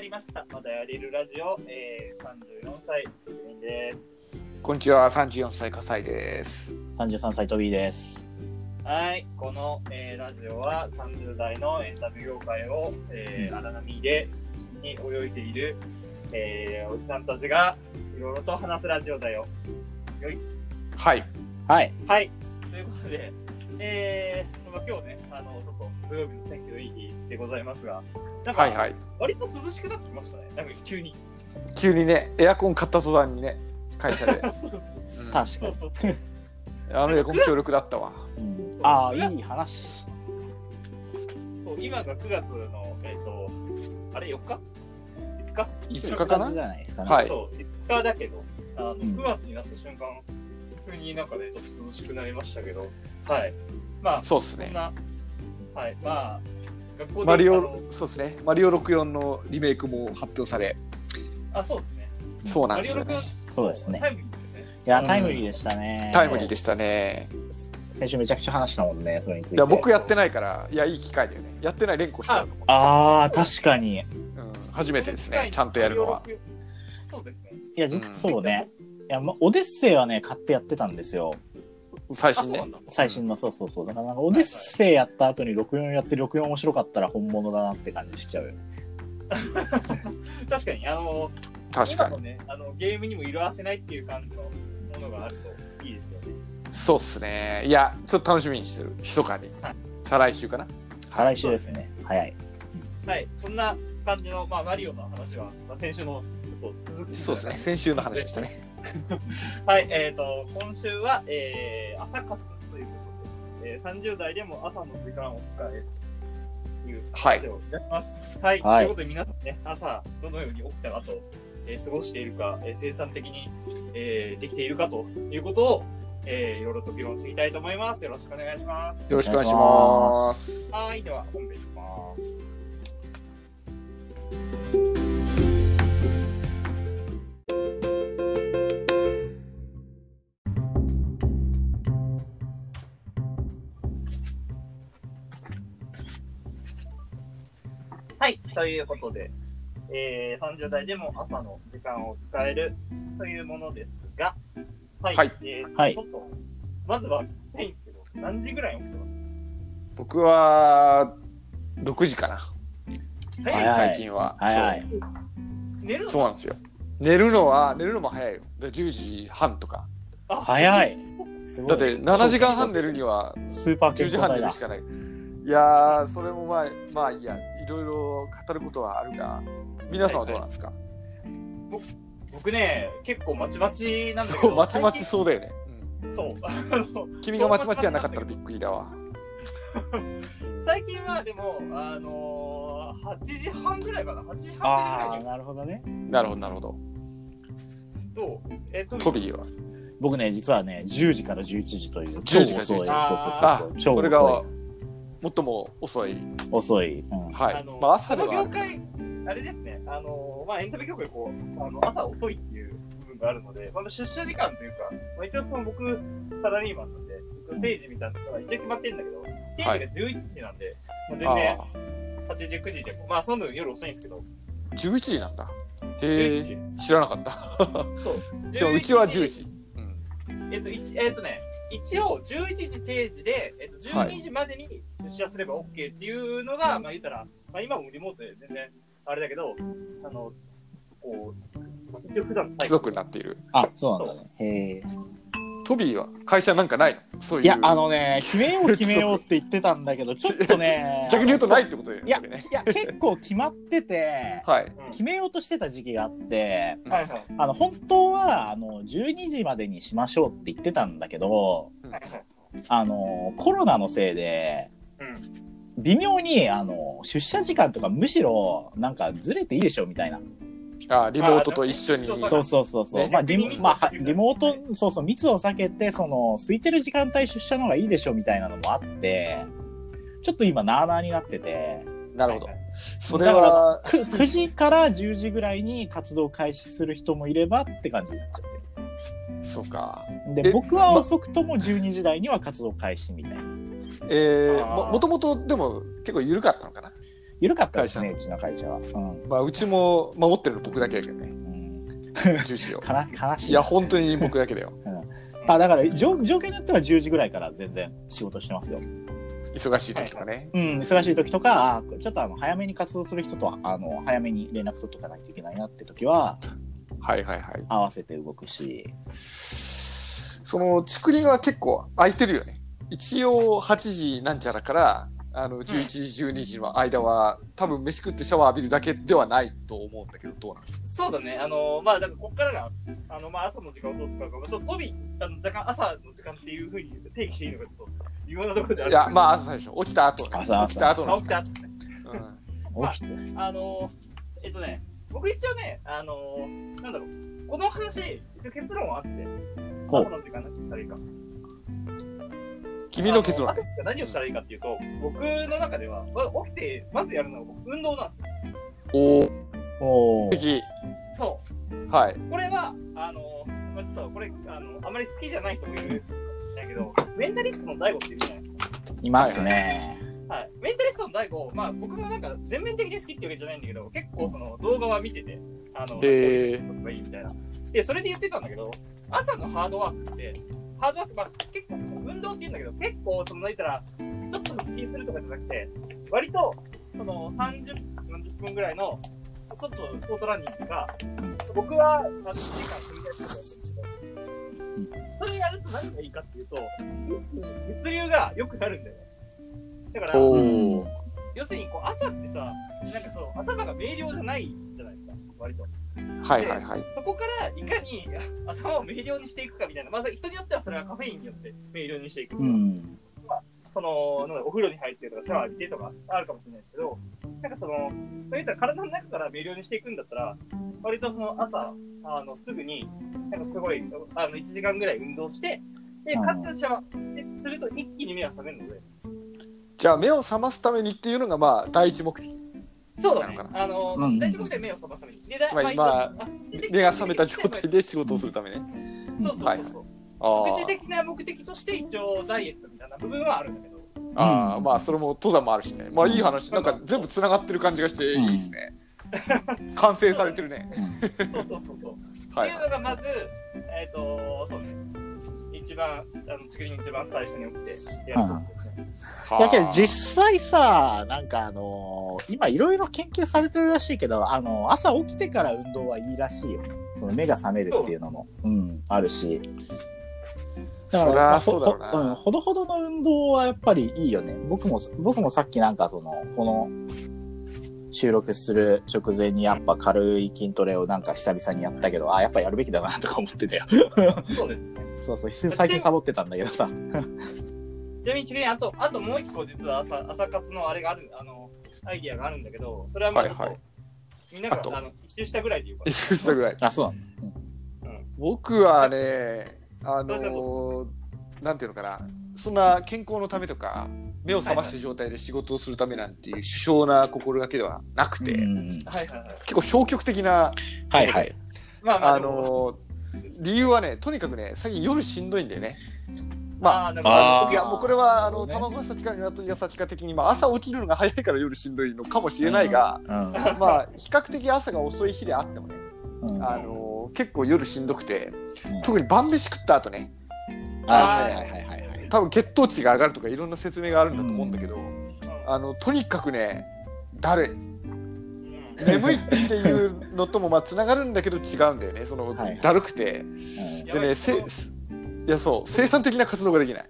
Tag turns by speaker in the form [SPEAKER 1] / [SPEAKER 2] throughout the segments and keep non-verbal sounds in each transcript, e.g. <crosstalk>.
[SPEAKER 1] りました。まだやれるラジオ、えー、34歳、主任です。
[SPEAKER 2] こんにちは、三十四歳火災です。
[SPEAKER 3] 33歳トビーです。
[SPEAKER 1] はい、この、えーラジオは30代のエンタメ業界を、えー荒波で一緒に泳いでいる、えーおじさんたちがいろいろと話すラジオだよ。
[SPEAKER 2] はい。
[SPEAKER 3] はい。
[SPEAKER 1] はい、ということで、えーまあ、今日ね、あのちょっと土曜日の天気のいい日でございますが、なん
[SPEAKER 2] はい
[SPEAKER 1] か
[SPEAKER 2] はい。
[SPEAKER 1] 割と涼しくなってきましたね、なんか急
[SPEAKER 2] <laughs>
[SPEAKER 1] に。
[SPEAKER 2] 急にね、エアコン買った途端にね、会
[SPEAKER 1] <laughs>
[SPEAKER 2] 社で。
[SPEAKER 1] そうそう
[SPEAKER 2] うんあ
[SPEAKER 3] 確か
[SPEAKER 1] そう
[SPEAKER 3] に。
[SPEAKER 1] そう
[SPEAKER 2] のエアコン強力だったわ。
[SPEAKER 3] うん、ああ、いい話。
[SPEAKER 1] そう今が9月の、えっとあれ4日 ?5 日
[SPEAKER 2] 5
[SPEAKER 3] そうい
[SPEAKER 2] 日
[SPEAKER 3] う
[SPEAKER 2] か
[SPEAKER 3] 感
[SPEAKER 2] な
[SPEAKER 3] じじゃないですかね。
[SPEAKER 2] はい
[SPEAKER 1] そう5日だけどあの、
[SPEAKER 3] ん
[SPEAKER 1] 9月になった瞬間急になんかねちょっと涼しくなりましたけどはいまあそ
[SPEAKER 2] そうです
[SPEAKER 1] ん
[SPEAKER 2] ね。
[SPEAKER 1] なはいまあ学校で
[SPEAKER 2] マリ
[SPEAKER 1] あの
[SPEAKER 2] オ、そうですね。マリオ六四のリメイクも発表され。
[SPEAKER 1] あそうですね
[SPEAKER 2] そうなん
[SPEAKER 1] マ
[SPEAKER 2] で
[SPEAKER 1] リ
[SPEAKER 2] す
[SPEAKER 1] オ
[SPEAKER 2] よ
[SPEAKER 1] 6
[SPEAKER 2] ね。
[SPEAKER 3] そうですね
[SPEAKER 1] タイムリーですね
[SPEAKER 3] いや、タイムリーでしたね。
[SPEAKER 2] タイムリーでしたね。
[SPEAKER 3] 先週めちゃくちゃ話したもんね、それについ
[SPEAKER 2] い
[SPEAKER 3] て。
[SPEAKER 2] や、僕やってないから、いや、いい機会だよね。やってない連呼したと思う。
[SPEAKER 3] ああ、確かに。い
[SPEAKER 2] うん、初めてですね。ちゃんとやるのは
[SPEAKER 1] マ。リオ六そうですね
[SPEAKER 3] や、実そうね。いや、ま、オデッセイはね、買ってやってたんですよ。
[SPEAKER 2] 最
[SPEAKER 1] あそ
[SPEAKER 2] 新
[SPEAKER 1] うな
[SPEAKER 2] ね
[SPEAKER 1] ん。だ
[SPEAKER 3] 最新の、そうそうそう。だからなんか、オデッセイやった後に64やって、64面白かったら本物だなって感じしちゃうよね。
[SPEAKER 1] 確かにあの
[SPEAKER 2] 確か
[SPEAKER 1] 今の
[SPEAKER 2] に。
[SPEAKER 1] ねあのゲームにも色あせないっていう感じのものがあるといいですよね
[SPEAKER 2] そうっすね。いや、ちょっと楽しみにしてる。密かに
[SPEAKER 1] はい。
[SPEAKER 2] 再来週かな。
[SPEAKER 3] 再来週ですね。早い。
[SPEAKER 1] はい、そんな感じの、まあ、マリオの話は、まあ、先週のちょっと続き
[SPEAKER 2] そうですね。。先週の話でしたね。
[SPEAKER 1] はい、えっ、と、今週は、えー、朝活ということで、えー、30代でも朝の時間を使えという
[SPEAKER 2] はい
[SPEAKER 1] 話をいたします。はい、
[SPEAKER 3] はい
[SPEAKER 1] ということで皆さんね、朝どのように起きたかと、えー過ごしているか、えー生産的に、えーできているかということを、えーいろいろと議論していきたいと思います。よろしくお願いします。
[SPEAKER 2] よろしくお願いします。
[SPEAKER 1] はい、では本編いきます。はい、ということで、えー、30代でも朝の時間を使えるというものですが、はい、
[SPEAKER 2] はい
[SPEAKER 1] えー
[SPEAKER 3] はい
[SPEAKER 1] ちょっと、まずは聞きたいんですけど、何時ぐらいに起きてます
[SPEAKER 2] 僕は6時かな、
[SPEAKER 3] 早い
[SPEAKER 2] 最近は。
[SPEAKER 3] 早い。
[SPEAKER 1] 寝る
[SPEAKER 2] そう
[SPEAKER 1] の
[SPEAKER 2] そうなんですよ。寝るのは、寝るのも早いよ。で10時半とか。
[SPEAKER 1] あ
[SPEAKER 3] 早い。すごい
[SPEAKER 2] だって7時間半寝るには
[SPEAKER 3] スーパー
[SPEAKER 2] 10
[SPEAKER 3] 健
[SPEAKER 2] 時
[SPEAKER 3] 康
[SPEAKER 2] 半寝
[SPEAKER 3] 体
[SPEAKER 2] る
[SPEAKER 3] だ
[SPEAKER 2] し。かない。いやー、それもまあ、まあいいや、いろいろ語ることはあるが、皆さんはどうなんですか、
[SPEAKER 1] 僕ね、結構まちまちなんだけど。
[SPEAKER 2] そう、まちまちそうだよね。
[SPEAKER 1] 最近そう。 <laughs> あの
[SPEAKER 2] うん君がまちまちじゃなかったらびっくりだわ。
[SPEAKER 1] 最近はでも、あのー、8時半ぐらいかな。8時半ぐ
[SPEAKER 3] あ
[SPEAKER 1] らい
[SPEAKER 3] あ、
[SPEAKER 1] に
[SPEAKER 3] なるほどね。
[SPEAKER 2] なるほど、なるほど。
[SPEAKER 1] どうえっと、
[SPEAKER 2] トビーは。
[SPEAKER 3] 僕ね、実はね、10時から11時という。
[SPEAKER 2] 10時から11時
[SPEAKER 3] 超遅い。そう
[SPEAKER 1] あ
[SPEAKER 3] そうそうそう。
[SPEAKER 2] これ
[SPEAKER 3] 超
[SPEAKER 2] が
[SPEAKER 3] 遅い。、
[SPEAKER 2] 最も遅い。
[SPEAKER 3] 遅い。うん
[SPEAKER 2] はい。まあ、朝で
[SPEAKER 1] こ
[SPEAKER 2] は
[SPEAKER 1] の
[SPEAKER 2] あ
[SPEAKER 1] 業
[SPEAKER 2] る。
[SPEAKER 1] 界、あれですね、あのー、まあ、エンタメ業界、こう、あの朝遅いっていう部分があるので、まあ、出社時間というか、まあ、一応その僕、サラリーマンなんで、定時みたいなのが一応決まってるんだけど、定時が11時なんで、もう全然
[SPEAKER 2] あー
[SPEAKER 1] 8時、9時でも、まあ、その分夜遅いんですけど、
[SPEAKER 2] 11時なんだ。へ
[SPEAKER 1] 11
[SPEAKER 2] え
[SPEAKER 1] 時。。
[SPEAKER 2] 知らなかった。
[SPEAKER 1] そう
[SPEAKER 2] じゃあうちは10時。うん
[SPEAKER 1] えっと、一えっとね、一応11時定時で、えっと、12時までに出社すれば OK っていうのが、まあ言ったら、まあ今もリモートで全然あれだけど、あの、こう、一応普段の
[SPEAKER 2] 貴族になっている。
[SPEAKER 3] あ、そうなんだね。へえ。
[SPEAKER 2] トビーは会社なんかないのそういう。。
[SPEAKER 3] いや、あのね、決めよう決めようって言ってたんだけど、ちょっとね
[SPEAKER 2] 逆に言うとないってことだよ
[SPEAKER 3] いや、
[SPEAKER 2] ね。ね
[SPEAKER 3] いや、結構決まってて、
[SPEAKER 2] はい。
[SPEAKER 1] うん
[SPEAKER 3] 決めようとしてた時期があって、
[SPEAKER 1] はいはい
[SPEAKER 3] あの、本当は、あの、12時までにしましょうって言ってたんだけど、
[SPEAKER 1] はいはい。
[SPEAKER 3] あの、コロナのせいで、
[SPEAKER 1] うん。
[SPEAKER 3] 微妙に、あの、出社時間とかむしろ、なんかずれていいでしょみたいな。
[SPEAKER 2] あリモートと一緒に。
[SPEAKER 1] あ
[SPEAKER 3] そうそうそうそう。
[SPEAKER 2] ね
[SPEAKER 3] まあ、リモ
[SPEAKER 1] 逆に
[SPEAKER 3] まあは、
[SPEAKER 1] 密を避ける
[SPEAKER 3] リモート、そうそう、密を避けて、その、空いてる時間帯出社の方がいいでしょみたいなのもあって、ちょっと今、なあなあになってて、
[SPEAKER 2] なるほど
[SPEAKER 1] はい。
[SPEAKER 2] それは、 <laughs>
[SPEAKER 3] く9時から10時ぐらいに活動開始する人もいればって感じになっちゃっ
[SPEAKER 2] そうか。
[SPEAKER 3] てる。
[SPEAKER 2] え
[SPEAKER 3] で、僕は
[SPEAKER 2] ま
[SPEAKER 3] 遅くとも12時台には活動開始みたいな。
[SPEAKER 2] えー
[SPEAKER 1] あー
[SPEAKER 2] ももともとでも結構緩かったのかな。
[SPEAKER 3] 緩かったですね、うちの会社は。うん
[SPEAKER 2] まあ、うちも守ってるの僕だけだけどね、
[SPEAKER 3] うん、
[SPEAKER 2] 10時を。
[SPEAKER 3] かな悲しい。
[SPEAKER 2] いや、本当に僕だけだよ。
[SPEAKER 3] あだから状状況によっては10時ぐらいから全然仕事してますよ。
[SPEAKER 2] 忙しい時とかね。
[SPEAKER 3] うん、忙しい時とか、あちょっとあの早めに活動する人とはあの早めに連絡取っとかないといけないなって時は
[SPEAKER 2] はいはいはい。
[SPEAKER 3] 合わせて動くし、
[SPEAKER 2] その、竹林は結構空いてるよね。一応8時なんちゃらから、あの、11時、12時の間は、多分飯食ってシャワー浴びるだけではないと思うんだけど、どうなの
[SPEAKER 1] そうだね、あのまあ、だからこっからが、あのまあ、朝の時間をどうするか、ちょっとトビあの若干朝の時間っていうふうに定義していいのか、ちょっと微妙なところである
[SPEAKER 2] いや、まあ、朝最初、起きた後、ね、
[SPEAKER 3] 朝朝
[SPEAKER 2] 起きた後
[SPEAKER 1] 朝
[SPEAKER 2] の
[SPEAKER 1] 起き
[SPEAKER 2] 時
[SPEAKER 1] た
[SPEAKER 2] 間。
[SPEAKER 1] 後ね
[SPEAKER 2] うん
[SPEAKER 3] 起きて。
[SPEAKER 1] あのえっとね、僕一応ね、あのなんだろう、この話、一応結論はあって、
[SPEAKER 3] ほう
[SPEAKER 1] 朝の時間何をしたらいいか。
[SPEAKER 2] 君の結論
[SPEAKER 1] あの。朝の時間何をしたらいいかっていうと、僕の中では、まず起きて、まずやるのは僕運動なんですよ。
[SPEAKER 2] おー、
[SPEAKER 3] おー
[SPEAKER 2] 敵。
[SPEAKER 1] そう。
[SPEAKER 2] はい。
[SPEAKER 1] これは、あの、まあ、ちょっとこれ、あの、あまり好きじゃない人もいるんだけど、メンタリストの大悟っていうじゃないです
[SPEAKER 3] いますね。
[SPEAKER 1] か。はい。メンタリストの大悟、まあ僕もなんか全面的に好きってわけじゃないんだけど、結構その動画は見てて、あの、
[SPEAKER 2] へー
[SPEAKER 1] なんかこういうことがいいみたいな。で、それで言ってたんだけど、朝のハードワークって、ハードワーク、まあ結構運動って言うんだけど、結構その、なんたら、ちょっと腹筋するとかじゃなくて、割と、その30分、40分ぐらいの、ちょっとオートランニングが、僕は30時間繰り返してるんですけど、それやると何がいいかっていうと、一気に血流が良くなるんだよね。だから、
[SPEAKER 2] お
[SPEAKER 3] うん
[SPEAKER 2] ー。
[SPEAKER 1] 要するにこう朝ってさ、なんかそう、頭が明瞭じゃないじゃないですか、割と。
[SPEAKER 2] はいはいはい。
[SPEAKER 1] そこからいかにあ頭を明瞭にしていくかみたいな、まあ、それ人によってはそれはカフェインによって明瞭にしていくと
[SPEAKER 3] う
[SPEAKER 1] か、
[SPEAKER 3] ん。
[SPEAKER 1] そのなんだお風呂に入ってとか、シャワー浴びてとかあるかもしれないですけど、なんかその、そういったら体の中から明瞭にしていくんだったら、割とその朝、あのすぐに、なんかすごい、あの1時間ぐらい運動して、で、
[SPEAKER 3] うん
[SPEAKER 1] かつシャワーですると一気に目が覚めるので、
[SPEAKER 2] じゃあ、目を覚ますためにっていうのが、まあ、第一目的。
[SPEAKER 1] そうだね
[SPEAKER 2] なのか、
[SPEAKER 1] あの、
[SPEAKER 3] うん
[SPEAKER 1] 大丈夫で目を覚ますために。で、だ
[SPEAKER 2] つまり
[SPEAKER 1] まあ一応
[SPEAKER 2] まあ
[SPEAKER 1] あ
[SPEAKER 2] 目が覚めた状態で仕事をするためね。
[SPEAKER 1] そうそうそうそう。
[SPEAKER 2] はいはいあ
[SPEAKER 1] 副次的な目的として一応ダイエットみたいな部分はあるんだ
[SPEAKER 2] <laughs>
[SPEAKER 1] けど、
[SPEAKER 2] あ、ああまあそれも登山もあるしね。まあいい話、なんか全部つながってる感じがしていいですね。完成されてるね。
[SPEAKER 1] そうそうそうそう。
[SPEAKER 2] は
[SPEAKER 1] っ
[SPEAKER 2] い
[SPEAKER 1] ていう。のがまず、えっ、と、そうね。一番、あの、竹林一番最初に起きてやることですね。
[SPEAKER 3] だけど実際さ、なんかあのー今いろいろ研究されてるらしいけど、あのー朝起きてから運動はいいらしいよ。その目が覚めるっていうのも、うん、あるし。だから
[SPEAKER 2] そりゃそうだろう
[SPEAKER 3] ほほうん
[SPEAKER 2] な。
[SPEAKER 3] ほどほどの運動はやっぱりいいよね。僕も、僕もさっきなんかその、この収録する直前にやっぱ軽い筋トレをなんか久々にやったけど、あ、やっぱやるべきだなとか思ってたよ。 <laughs>
[SPEAKER 1] そうです。
[SPEAKER 3] そうそう、最近サボってたんだけどさ。
[SPEAKER 1] ちなみに竹林、あと、あともう一個実は朝、朝活のあれがある、あの、アイディアがあるんだけど、それはまあちょっと、
[SPEAKER 2] はいはい
[SPEAKER 1] みんなが
[SPEAKER 2] あと
[SPEAKER 1] あの一周したぐらいで言うから
[SPEAKER 2] 一。周したぐらい。
[SPEAKER 3] あ、そうなんだ。
[SPEAKER 2] 僕はね、あのーなんていうのかな。そんな健康のためとか、目を覚ました状態で仕事をするためなんていう首相な心がけではなくて、
[SPEAKER 3] うん
[SPEAKER 1] はいはいはい。
[SPEAKER 2] 結構消極的な、
[SPEAKER 3] はいはい。
[SPEAKER 1] まあまあ、
[SPEAKER 2] あのー理由はね、とにかくね、最近夜しんどいんだよね。まあ
[SPEAKER 1] まあ、なんか
[SPEAKER 3] あー
[SPEAKER 2] いやもうこれはあの
[SPEAKER 3] なるほ
[SPEAKER 2] 卵が先か鶏が先か的に、まあ、朝起きるのが早いから夜しんどいのかもしれないが、
[SPEAKER 3] うん
[SPEAKER 2] まあ比較的朝が遅い日であってもね、
[SPEAKER 3] うん
[SPEAKER 2] あの結構夜しんどくて、
[SPEAKER 3] うん
[SPEAKER 2] 特に晩飯食った後ね
[SPEAKER 3] あ
[SPEAKER 1] あ
[SPEAKER 3] は
[SPEAKER 1] ー
[SPEAKER 3] いはいはいはいはい。
[SPEAKER 2] 多分血糖値が上がるとかいろんな説明があるんだと思うんだけど、
[SPEAKER 1] うん
[SPEAKER 2] あのとにかくねだるい
[SPEAKER 1] うん
[SPEAKER 2] 眠いっていうのともまあつながるんだけど違うんだよねその、
[SPEAKER 3] はい
[SPEAKER 2] だるくて
[SPEAKER 1] や
[SPEAKER 2] で
[SPEAKER 1] ばい
[SPEAKER 2] ねせいやそう生産的な活動ができない。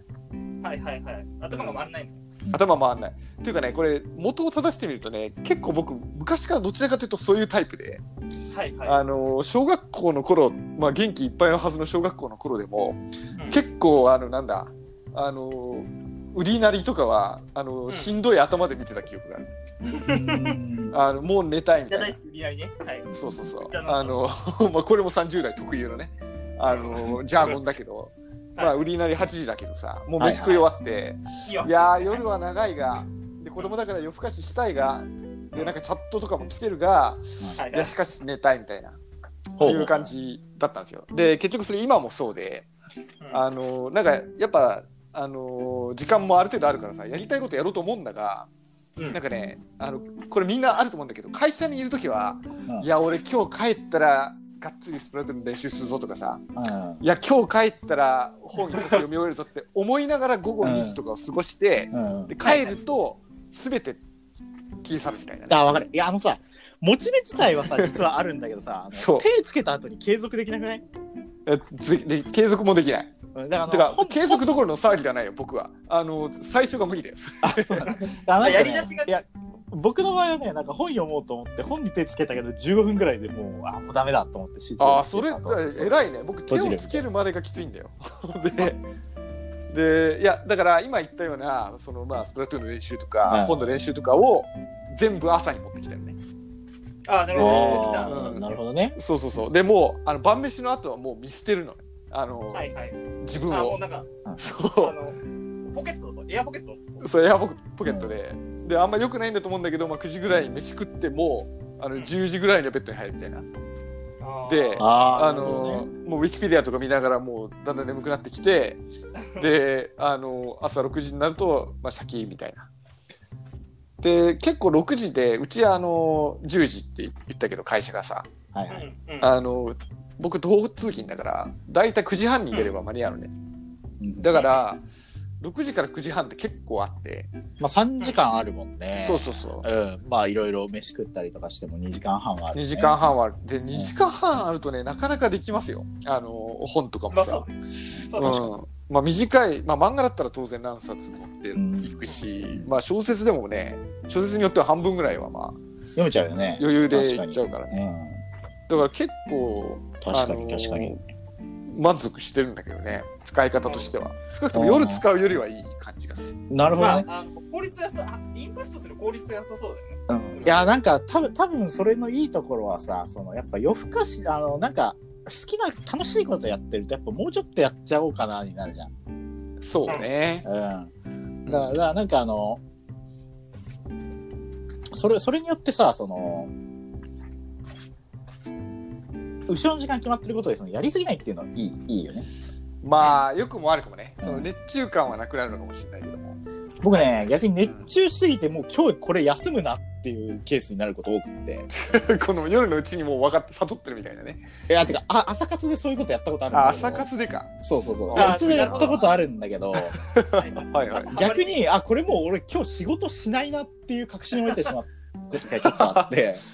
[SPEAKER 1] はいはいはい。頭が回らないの。
[SPEAKER 2] 頭回んない。というかね、これ、元を正してみるとね、結構僕、昔からどちらかというとそういうタイプで、
[SPEAKER 1] はいはい。
[SPEAKER 2] あの、小学校の頃、まあ、元気いっぱいのはずの小学校の頃でも、
[SPEAKER 1] うん
[SPEAKER 2] 結構、あの、なんだ、あの、売りなりとかは、あの、
[SPEAKER 1] うん
[SPEAKER 2] しんどい頭で見てた記憶がある。
[SPEAKER 3] うん
[SPEAKER 2] あの、もう寝たいみ
[SPEAKER 1] じゃ
[SPEAKER 2] た
[SPEAKER 1] ない
[SPEAKER 2] い
[SPEAKER 1] で
[SPEAKER 2] な。
[SPEAKER 1] す、いきなりね。はい。
[SPEAKER 2] そうそうそう
[SPEAKER 1] じゃ。あ
[SPEAKER 2] あの、 <laughs> まあ、これも30代特有のね、あの、ジャーゴンだけど、まあ、売りなり8時だけどさ、もう飯食い終わって、
[SPEAKER 1] いいよ
[SPEAKER 2] いやー夜は長いがで子供だから夜更かししたいがでなんかチャットとかも来てるが
[SPEAKER 1] はい
[SPEAKER 2] いやしかし寝たいみたいな
[SPEAKER 3] ほう
[SPEAKER 2] いう感じだったんですよで結局それ今もそうで
[SPEAKER 1] うん
[SPEAKER 2] あのーなんかやっぱあのー時間もある程度あるからさやりたいことやろうと思うんだが
[SPEAKER 1] うん
[SPEAKER 2] なんかねあのこれみんなあると思うんだけど会社にいる時は、
[SPEAKER 3] うん
[SPEAKER 2] いや俺今日帰ったらがっつりスプラトゥーン練習するぞとかさ
[SPEAKER 3] うん
[SPEAKER 2] いや今日帰ったら本一冊読み終えるぞって思いながら午後2時とかを過ごして、
[SPEAKER 3] うん
[SPEAKER 2] で帰ると全て消え去るみたいなね、
[SPEAKER 3] あ、わかる。いや、あのさ、モチベ自体はさ、実はあるんだけどさ、あの
[SPEAKER 2] そう
[SPEAKER 3] 手つけた後に継続できなくない
[SPEAKER 2] えつで継続もできない
[SPEAKER 3] うんだからあの、
[SPEAKER 2] てか
[SPEAKER 3] ほん
[SPEAKER 2] 継続どころの騒ぎじゃないよ僕はあの最初が無理です
[SPEAKER 3] あなんかね
[SPEAKER 1] やり出しが
[SPEAKER 3] いや僕の場合はねなんか本読もうと思って本に手つけたけど15分ぐらいでもうあもうダメだと思って集中
[SPEAKER 2] ああそれ
[SPEAKER 3] えい
[SPEAKER 2] 偉いね僕手をつけるまでがきついん <laughs> だよででいやだから今言ったようなそのまあスプラトゥーンの練習とか、
[SPEAKER 3] はい
[SPEAKER 2] 本の練習とかを全部朝に持ってきたよね
[SPEAKER 1] あ、なるほど。来た。
[SPEAKER 2] うん
[SPEAKER 3] なるほどね
[SPEAKER 2] そうそうそうでもうあの晩飯の後はもう見捨てるのねあの、
[SPEAKER 1] はいはい。
[SPEAKER 2] 自分
[SPEAKER 1] あ、もう
[SPEAKER 2] を
[SPEAKER 1] なんか、あ
[SPEAKER 2] <laughs> そ
[SPEAKER 1] の、ポケットと、エアポケット
[SPEAKER 2] うそうエアポケットで、であんま良くないんだと思うんだけど、まあ、9時ぐらいに飯食ってもあの
[SPEAKER 1] うん
[SPEAKER 2] 10時ぐらいにはベッドに入るみたいな
[SPEAKER 1] あー
[SPEAKER 2] で
[SPEAKER 3] あ
[SPEAKER 2] あのもうウィキペディアとか見ながらもうだんだん眠くなってき
[SPEAKER 1] <laughs>
[SPEAKER 2] てであの朝6時になると、まあ、シャキみたいな。で結構6時でうちあの10時って言ったけど会社がさ
[SPEAKER 3] はいはい
[SPEAKER 1] うんうん。
[SPEAKER 2] あの僕東通勤だから大体9時半に出れば間に合うのねだから6時から9時半って結構あって
[SPEAKER 3] まあ3時間あるもんね
[SPEAKER 2] そうそうそう
[SPEAKER 3] うんまあいろいろ飯食ったりとかしても2時間半はある、ね、
[SPEAKER 2] 2時間半はあるで2時間半あるとねなかなかできますよあの本とか
[SPEAKER 1] ま
[SPEAKER 2] も
[SPEAKER 1] あ、そ
[SPEAKER 2] さ
[SPEAKER 1] う。そう、確かに。
[SPEAKER 2] うんまあ、短い、まあ、漫画だったら当然何冊持って
[SPEAKER 3] うん
[SPEAKER 2] いくし、まあ、小説でもね小説によっては半分ぐらいはまあ
[SPEAKER 3] 読めちゃうよね
[SPEAKER 2] 余裕でいっちゃうからね
[SPEAKER 3] う
[SPEAKER 2] だから結構
[SPEAKER 3] ん確かに
[SPEAKER 2] あのー
[SPEAKER 3] 確かに、
[SPEAKER 2] 満足してるんだけどね使い方としては少なくとも夜使うよりはいい感じがする
[SPEAKER 3] なるほど
[SPEAKER 1] ま
[SPEAKER 3] ね、
[SPEAKER 1] あ、あの効率がさ、あインパクトする効率が良さそうだよね。
[SPEAKER 3] うんいやなんか多分多分それのいいところはさそのやっぱ夜更かしあのなんか好きな楽しいことやってるとやっぱもうちょっとやっちゃおうかなになるじゃん
[SPEAKER 2] そうね
[SPEAKER 3] うんだからだからなんかあのそれそれによってさその後ろの時間決まってることでそのやりすぎないっていうのはいいいいよね
[SPEAKER 2] まあよくもあるかもねその熱中感はなくなるのかもしれないけども <laughs>
[SPEAKER 3] 僕ね逆に熱中しすぎてもう今日これ休むなっていうケースになること多くって
[SPEAKER 2] この夜のうちにもう分かって悟ってるみたいなね
[SPEAKER 3] いやてかあ朝活でそういうことやったことあるんだけ
[SPEAKER 2] あ
[SPEAKER 3] ど
[SPEAKER 2] 朝活でか
[SPEAKER 3] そうそうそう
[SPEAKER 2] あ
[SPEAKER 3] うちでやったことあるん
[SPEAKER 2] <laughs>
[SPEAKER 3] だけど
[SPEAKER 2] はいはい
[SPEAKER 3] 逆にあこれもう俺今日仕事しないなっていう確信を得てしまったことが結構あって。
[SPEAKER 2] <laughs>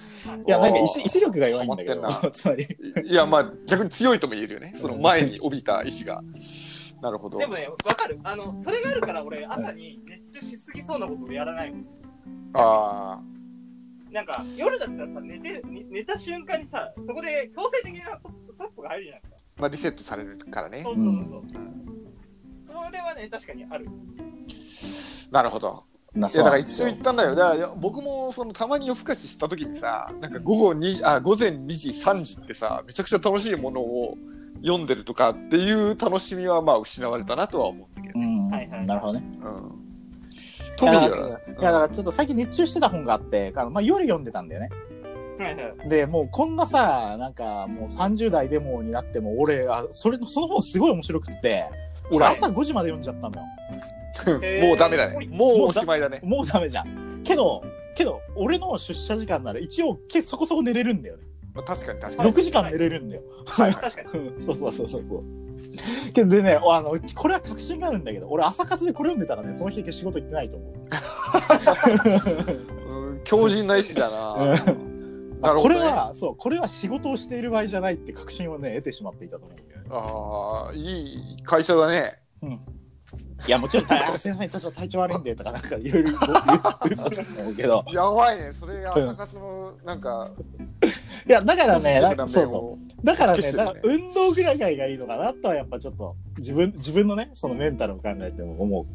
[SPEAKER 3] いや、なんか意志意志力が弱いんだけど
[SPEAKER 2] ハマってん、
[SPEAKER 3] <laughs> つまり。
[SPEAKER 2] い <laughs> やまあ逆に強いとも言えるよねその前に帯びた意志がなるほど
[SPEAKER 1] でもね、わかる。あの、それがあるから俺、朝に熱中しすぎそうなことをやらないもん。
[SPEAKER 2] あ
[SPEAKER 1] なんか、夜だったらさ、寝て、寝寝た瞬間にさ、そこで強制的なトップトップが入るじゃないですか。
[SPEAKER 2] ー、まあ、リセットされるからね
[SPEAKER 1] そうそうそう。それはね、確かにある。
[SPEAKER 2] なるほど
[SPEAKER 3] ない
[SPEAKER 2] やだから一応言ったんだよだからいや僕もそのたまに夜更かしした時にさなんか午後にあ午前2時3時ってさめちゃくちゃ楽しいものを読んでるとかっていう楽しみはまあ失われたなとは思うんだけど、
[SPEAKER 3] うん、
[SPEAKER 1] はいはい
[SPEAKER 3] なるほどね。
[SPEAKER 2] うん、
[SPEAKER 3] い
[SPEAKER 2] 特
[SPEAKER 3] や
[SPEAKER 2] に
[SPEAKER 3] だ
[SPEAKER 2] は
[SPEAKER 3] からいやだからちょっと最近熱中してた本があって、あのまあ、夜読んでたんだよね。
[SPEAKER 1] はいはい。
[SPEAKER 3] で、もうこんなさ、なんかもう30代でもになっても、俺、あそれその本すごい面白くって、
[SPEAKER 2] ほ
[SPEAKER 3] 俺
[SPEAKER 2] ら
[SPEAKER 3] 朝5時まで読んじゃったのよ。
[SPEAKER 1] へー
[SPEAKER 2] <laughs> もうダメだねもうおしまいだね
[SPEAKER 3] もうダメじゃん。けど、けど、俺の出社時間なら一応けそこそこ寝れるんだよね。
[SPEAKER 2] まあ確かに確かに
[SPEAKER 3] 6時間寝れるんだよ。 <laughs>
[SPEAKER 2] はいはい
[SPEAKER 1] 確かに。
[SPEAKER 3] うんそうそうそうそうそう。けどでね、あの、これは確信があるんだけど、俺朝活でこれ読んでたらね、その日だけ仕事行ってないと思う。
[SPEAKER 2] うん強靭な意志だななるほどね
[SPEAKER 3] これは、そう、これは仕事をしている場合じゃないって確信をね、得てしまっていたと思うんだよね。
[SPEAKER 2] ああいい会社だね
[SPEAKER 3] いや、もちろん、 <laughs> あすいません、ちょっと体調悪いんで、とか、なんかいろいろ言う嘘だと思うけ
[SPEAKER 2] <laughs>
[SPEAKER 3] ど。
[SPEAKER 2] やばいねそれ朝活のなんか
[SPEAKER 3] いや、だからね、
[SPEAKER 2] ポジティ
[SPEAKER 3] な
[SPEAKER 2] ブ
[SPEAKER 3] んか
[SPEAKER 2] な
[SPEAKER 3] そう
[SPEAKER 2] 面
[SPEAKER 3] そ
[SPEAKER 2] を
[SPEAKER 3] う。だか
[SPEAKER 2] 突
[SPEAKER 3] ら
[SPEAKER 2] き
[SPEAKER 3] ね、
[SPEAKER 2] 捨ててね
[SPEAKER 3] だから運動ぐらいがいいのかなとは、やっぱちょっと、自分、自分のね、そのメンタルを考えても思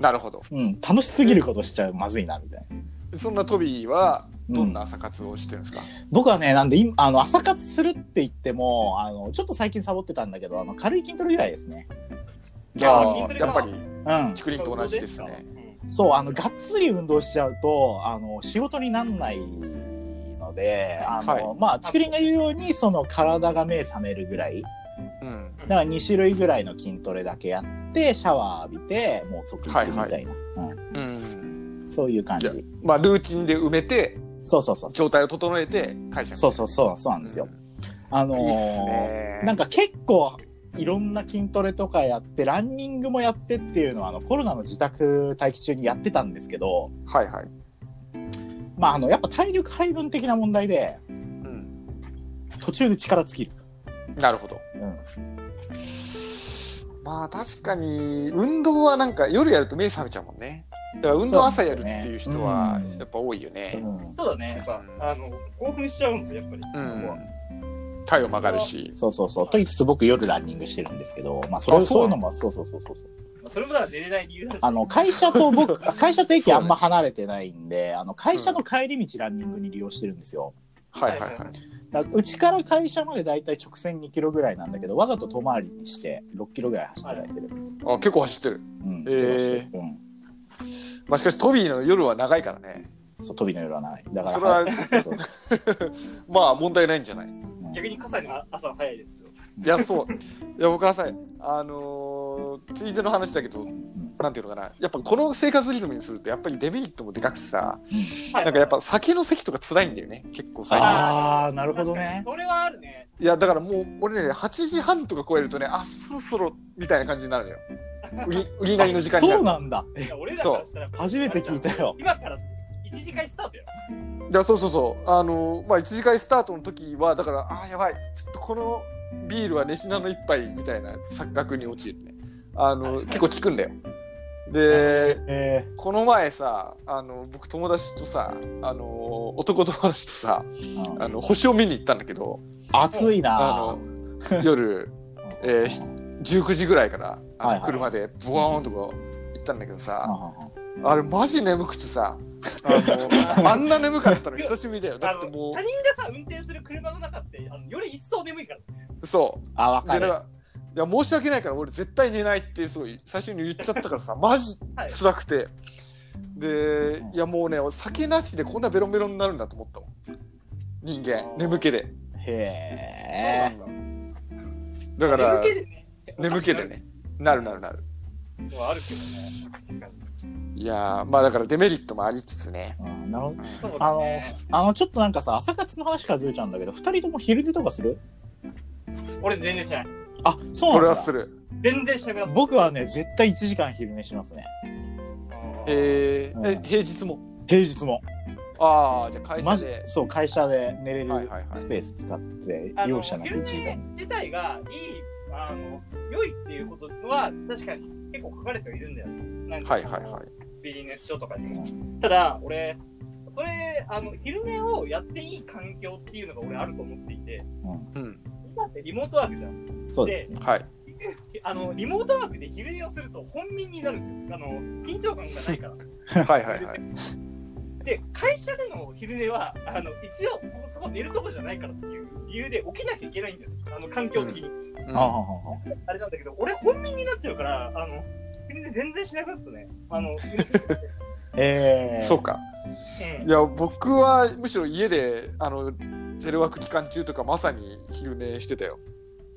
[SPEAKER 2] なるほど
[SPEAKER 3] う。うん、楽しすぎることしちゃうまずいな、みたいな。
[SPEAKER 2] そんなトビーは
[SPEAKER 3] うん
[SPEAKER 2] どんな朝活をしてるんですか、
[SPEAKER 3] 僕はね、なんで、今、あの、朝活するって言っても、あの、ちょっと最近サボってたんだけど、あの、軽い筋トレぐらいですね。
[SPEAKER 1] いや
[SPEAKER 2] あ
[SPEAKER 1] 筋
[SPEAKER 2] ー
[SPEAKER 1] トレは
[SPEAKER 2] やっぱり
[SPEAKER 3] うん。
[SPEAKER 2] 竹林と同じですね。
[SPEAKER 3] そう、あの、がっつり運動しちゃうと、あの、仕事になんないので、あの、
[SPEAKER 2] は
[SPEAKER 3] まあ、竹林が言うように、その、体が目覚めるぐらい。
[SPEAKER 2] うん
[SPEAKER 3] だから、2種類ぐらいの筋トレだけやって、シャワー浴びて、もう即寝みたいな。
[SPEAKER 2] うん
[SPEAKER 3] うんそういう感じ
[SPEAKER 2] い。まあ、ルーチンで埋めて、
[SPEAKER 3] そうそうそう。
[SPEAKER 2] 状態を整えて、会社
[SPEAKER 3] そうそうそう、そうなんですよ。あの
[SPEAKER 2] う
[SPEAKER 3] ー
[SPEAKER 2] んいいっすね。
[SPEAKER 3] なんか結構いろんな筋トレとかやってランニングもやってっていうのはあのコロナの自宅待機中にやってたんですけど、
[SPEAKER 2] はいはい。
[SPEAKER 3] まあ、あのやっぱ体力配分的な問題で
[SPEAKER 2] うん。
[SPEAKER 3] 途中で力尽きる、
[SPEAKER 2] なるほど。
[SPEAKER 3] うん、
[SPEAKER 2] まあ、確かに、運動はなんか夜やると目覚めちゃうもんね。だから運動朝やるっていう人は
[SPEAKER 3] そうですよねうん、
[SPEAKER 2] やっぱ多いよね。
[SPEAKER 3] うん
[SPEAKER 1] そうだね、やっぱ、あの、興奮しちゃうんで、やっぱり。
[SPEAKER 2] う
[SPEAKER 1] ここは
[SPEAKER 2] ん。体温曲がるし。
[SPEAKER 3] そうそうそうと言いつつ僕夜ランニングしてるんですけど、まあ、それ
[SPEAKER 2] あそう
[SPEAKER 3] そういうのもそうそうそうそう
[SPEAKER 1] まあそれもだから寝れない理由なんです
[SPEAKER 3] あの会社と <laughs> 僕会社と駅あんま離れてないんであの会社の帰り道ランニングに利用してるんですよ
[SPEAKER 2] はいはいはい。
[SPEAKER 3] だからうちから会社までだいたい直線2キロぐらいなんだけどわざと遠回りにして6キロぐらい走っていただいてる、
[SPEAKER 2] あ、結構走ってる。
[SPEAKER 3] うん
[SPEAKER 2] え
[SPEAKER 3] うん
[SPEAKER 2] まあ、しかし、トビーの夜は長いからね。
[SPEAKER 3] そう、飛びの夜はない。だから、
[SPEAKER 2] それは
[SPEAKER 3] はい
[SPEAKER 2] <laughs>
[SPEAKER 3] そうそう
[SPEAKER 2] まあ、問題ないんじゃない
[SPEAKER 1] 逆に傘にあ朝は早いですけど。
[SPEAKER 2] いや、そう。いや、僕はさ、あのーついでの話だけど、なんていうのかな。やっぱこの生活リズムにすると、やっぱりデメリットもでかくてさ、
[SPEAKER 1] はい
[SPEAKER 2] なんかやっぱ酒の席とか辛いんだよね。結構最近。
[SPEAKER 3] あー、なるほど
[SPEAKER 1] 確
[SPEAKER 3] ね。
[SPEAKER 1] かにそれはあるね。
[SPEAKER 2] いや、だからもう、俺ね、8時半とか超えるとね、あ、そろそろ、みたいな感じになるのよ。売り、売りなりの時間にな
[SPEAKER 3] そう
[SPEAKER 2] る。
[SPEAKER 3] なんだ。
[SPEAKER 1] いや俺らからしたら、
[SPEAKER 3] 初めて聞いたよ。
[SPEAKER 1] 今から1時間スタートやろ。
[SPEAKER 2] いや、そうそうそう。あの、まあ、1時間スタートの時は、だから、あー、やばい。ちょっとこのビールはレシナの一杯、みたいな錯覚に陥るね。あの、結構効くんだよ。で、
[SPEAKER 3] え
[SPEAKER 2] この前さ、あの、僕友達とさ、あの、男友達とさ、
[SPEAKER 3] ーうん
[SPEAKER 2] あの、星を見に行ったんだけど、
[SPEAKER 3] 暑い
[SPEAKER 2] あ
[SPEAKER 3] な
[SPEAKER 2] の、夜、
[SPEAKER 3] ー。
[SPEAKER 2] えーし19時ぐらいからあの
[SPEAKER 3] はいはい
[SPEAKER 2] 車でブワーンとか行ったんだけどさ、
[SPEAKER 3] う
[SPEAKER 2] あれマジ眠くてさ
[SPEAKER 3] <laughs>
[SPEAKER 2] あのあんな眠かったの久しぶりだよ
[SPEAKER 1] あ
[SPEAKER 2] だっ
[SPEAKER 1] の
[SPEAKER 2] て
[SPEAKER 1] 他人
[SPEAKER 2] も
[SPEAKER 1] がさ、運転する車の中って、あのより一層眠いから。
[SPEAKER 2] うそうん
[SPEAKER 3] あ、わか
[SPEAKER 2] でなん
[SPEAKER 3] る。
[SPEAKER 2] かいや申し訳ないから俺絶対寝ないってすごい最初に言っちゃったから
[SPEAKER 3] <laughs>
[SPEAKER 2] さマジ
[SPEAKER 1] はい
[SPEAKER 2] 辛くてで
[SPEAKER 3] うん
[SPEAKER 2] いやもうね俺酒なしでこんなベロンベロンになるんだと思ったもん人間眠気で
[SPEAKER 3] へ
[SPEAKER 2] だから
[SPEAKER 1] 眠気でね。
[SPEAKER 2] 眠気でねなるなるなる
[SPEAKER 1] そうあるけどね。
[SPEAKER 2] いやーまあだからデメリットもありつつね
[SPEAKER 3] ーうんなるほど。
[SPEAKER 1] そう
[SPEAKER 3] あ
[SPEAKER 1] だ
[SPEAKER 3] の
[SPEAKER 1] ね。、
[SPEAKER 3] あの、ちょっとなんかさ、朝活の話からずれちゃうんだけど、二人とも昼寝とかする
[SPEAKER 1] 俺全然しない。
[SPEAKER 3] あ、そう
[SPEAKER 2] これ
[SPEAKER 3] なん
[SPEAKER 2] はす
[SPEAKER 3] だ。
[SPEAKER 2] る
[SPEAKER 1] 全然しなくなった。
[SPEAKER 3] 僕はね、絶対1時間昼寝しますね。
[SPEAKER 2] えー
[SPEAKER 3] うん
[SPEAKER 2] え平日も
[SPEAKER 3] 平日も。
[SPEAKER 2] ああじゃあ会
[SPEAKER 3] マ
[SPEAKER 2] 社
[SPEAKER 3] ジ
[SPEAKER 2] で
[SPEAKER 3] そう、会社で寝れ
[SPEAKER 2] はい
[SPEAKER 3] る
[SPEAKER 2] はいはい
[SPEAKER 3] スペース使って
[SPEAKER 1] あの
[SPEAKER 3] 用意したの
[SPEAKER 1] 昼
[SPEAKER 3] 1時
[SPEAKER 1] 寝
[SPEAKER 3] 間。
[SPEAKER 1] 自体がいい、あの、良いっていうことは、確かに結構書かれてはいるんだよ。なんか
[SPEAKER 2] はいはいはい
[SPEAKER 1] ビジネス書とかにも。ただ、俺、それ、あの、昼寝をやっていい環境っていうのが俺あると思っていて、
[SPEAKER 2] うん
[SPEAKER 1] 今ってリモートワークじゃん。
[SPEAKER 3] そうですね。
[SPEAKER 2] はい
[SPEAKER 1] あの、リモートワークで昼寝をすると本民になるんですよ。あの、緊張感がないから。
[SPEAKER 2] <laughs> はいはいはい
[SPEAKER 1] で、会社での昼寝は、あの、一応、そこ寝るとこじゃないからっていう理由で起きなきゃいけないんだよ。あの、環境的に。
[SPEAKER 2] うん
[SPEAKER 3] ああああ
[SPEAKER 1] あれなんだけど、俺本人になっちゃうから、あの、全然全然しなくなったね。あ
[SPEAKER 2] <laughs>
[SPEAKER 1] の、
[SPEAKER 3] ええ
[SPEAKER 2] そうかいや僕はむしろ家であのテレワーク期間中とかまさに昼寝してたよ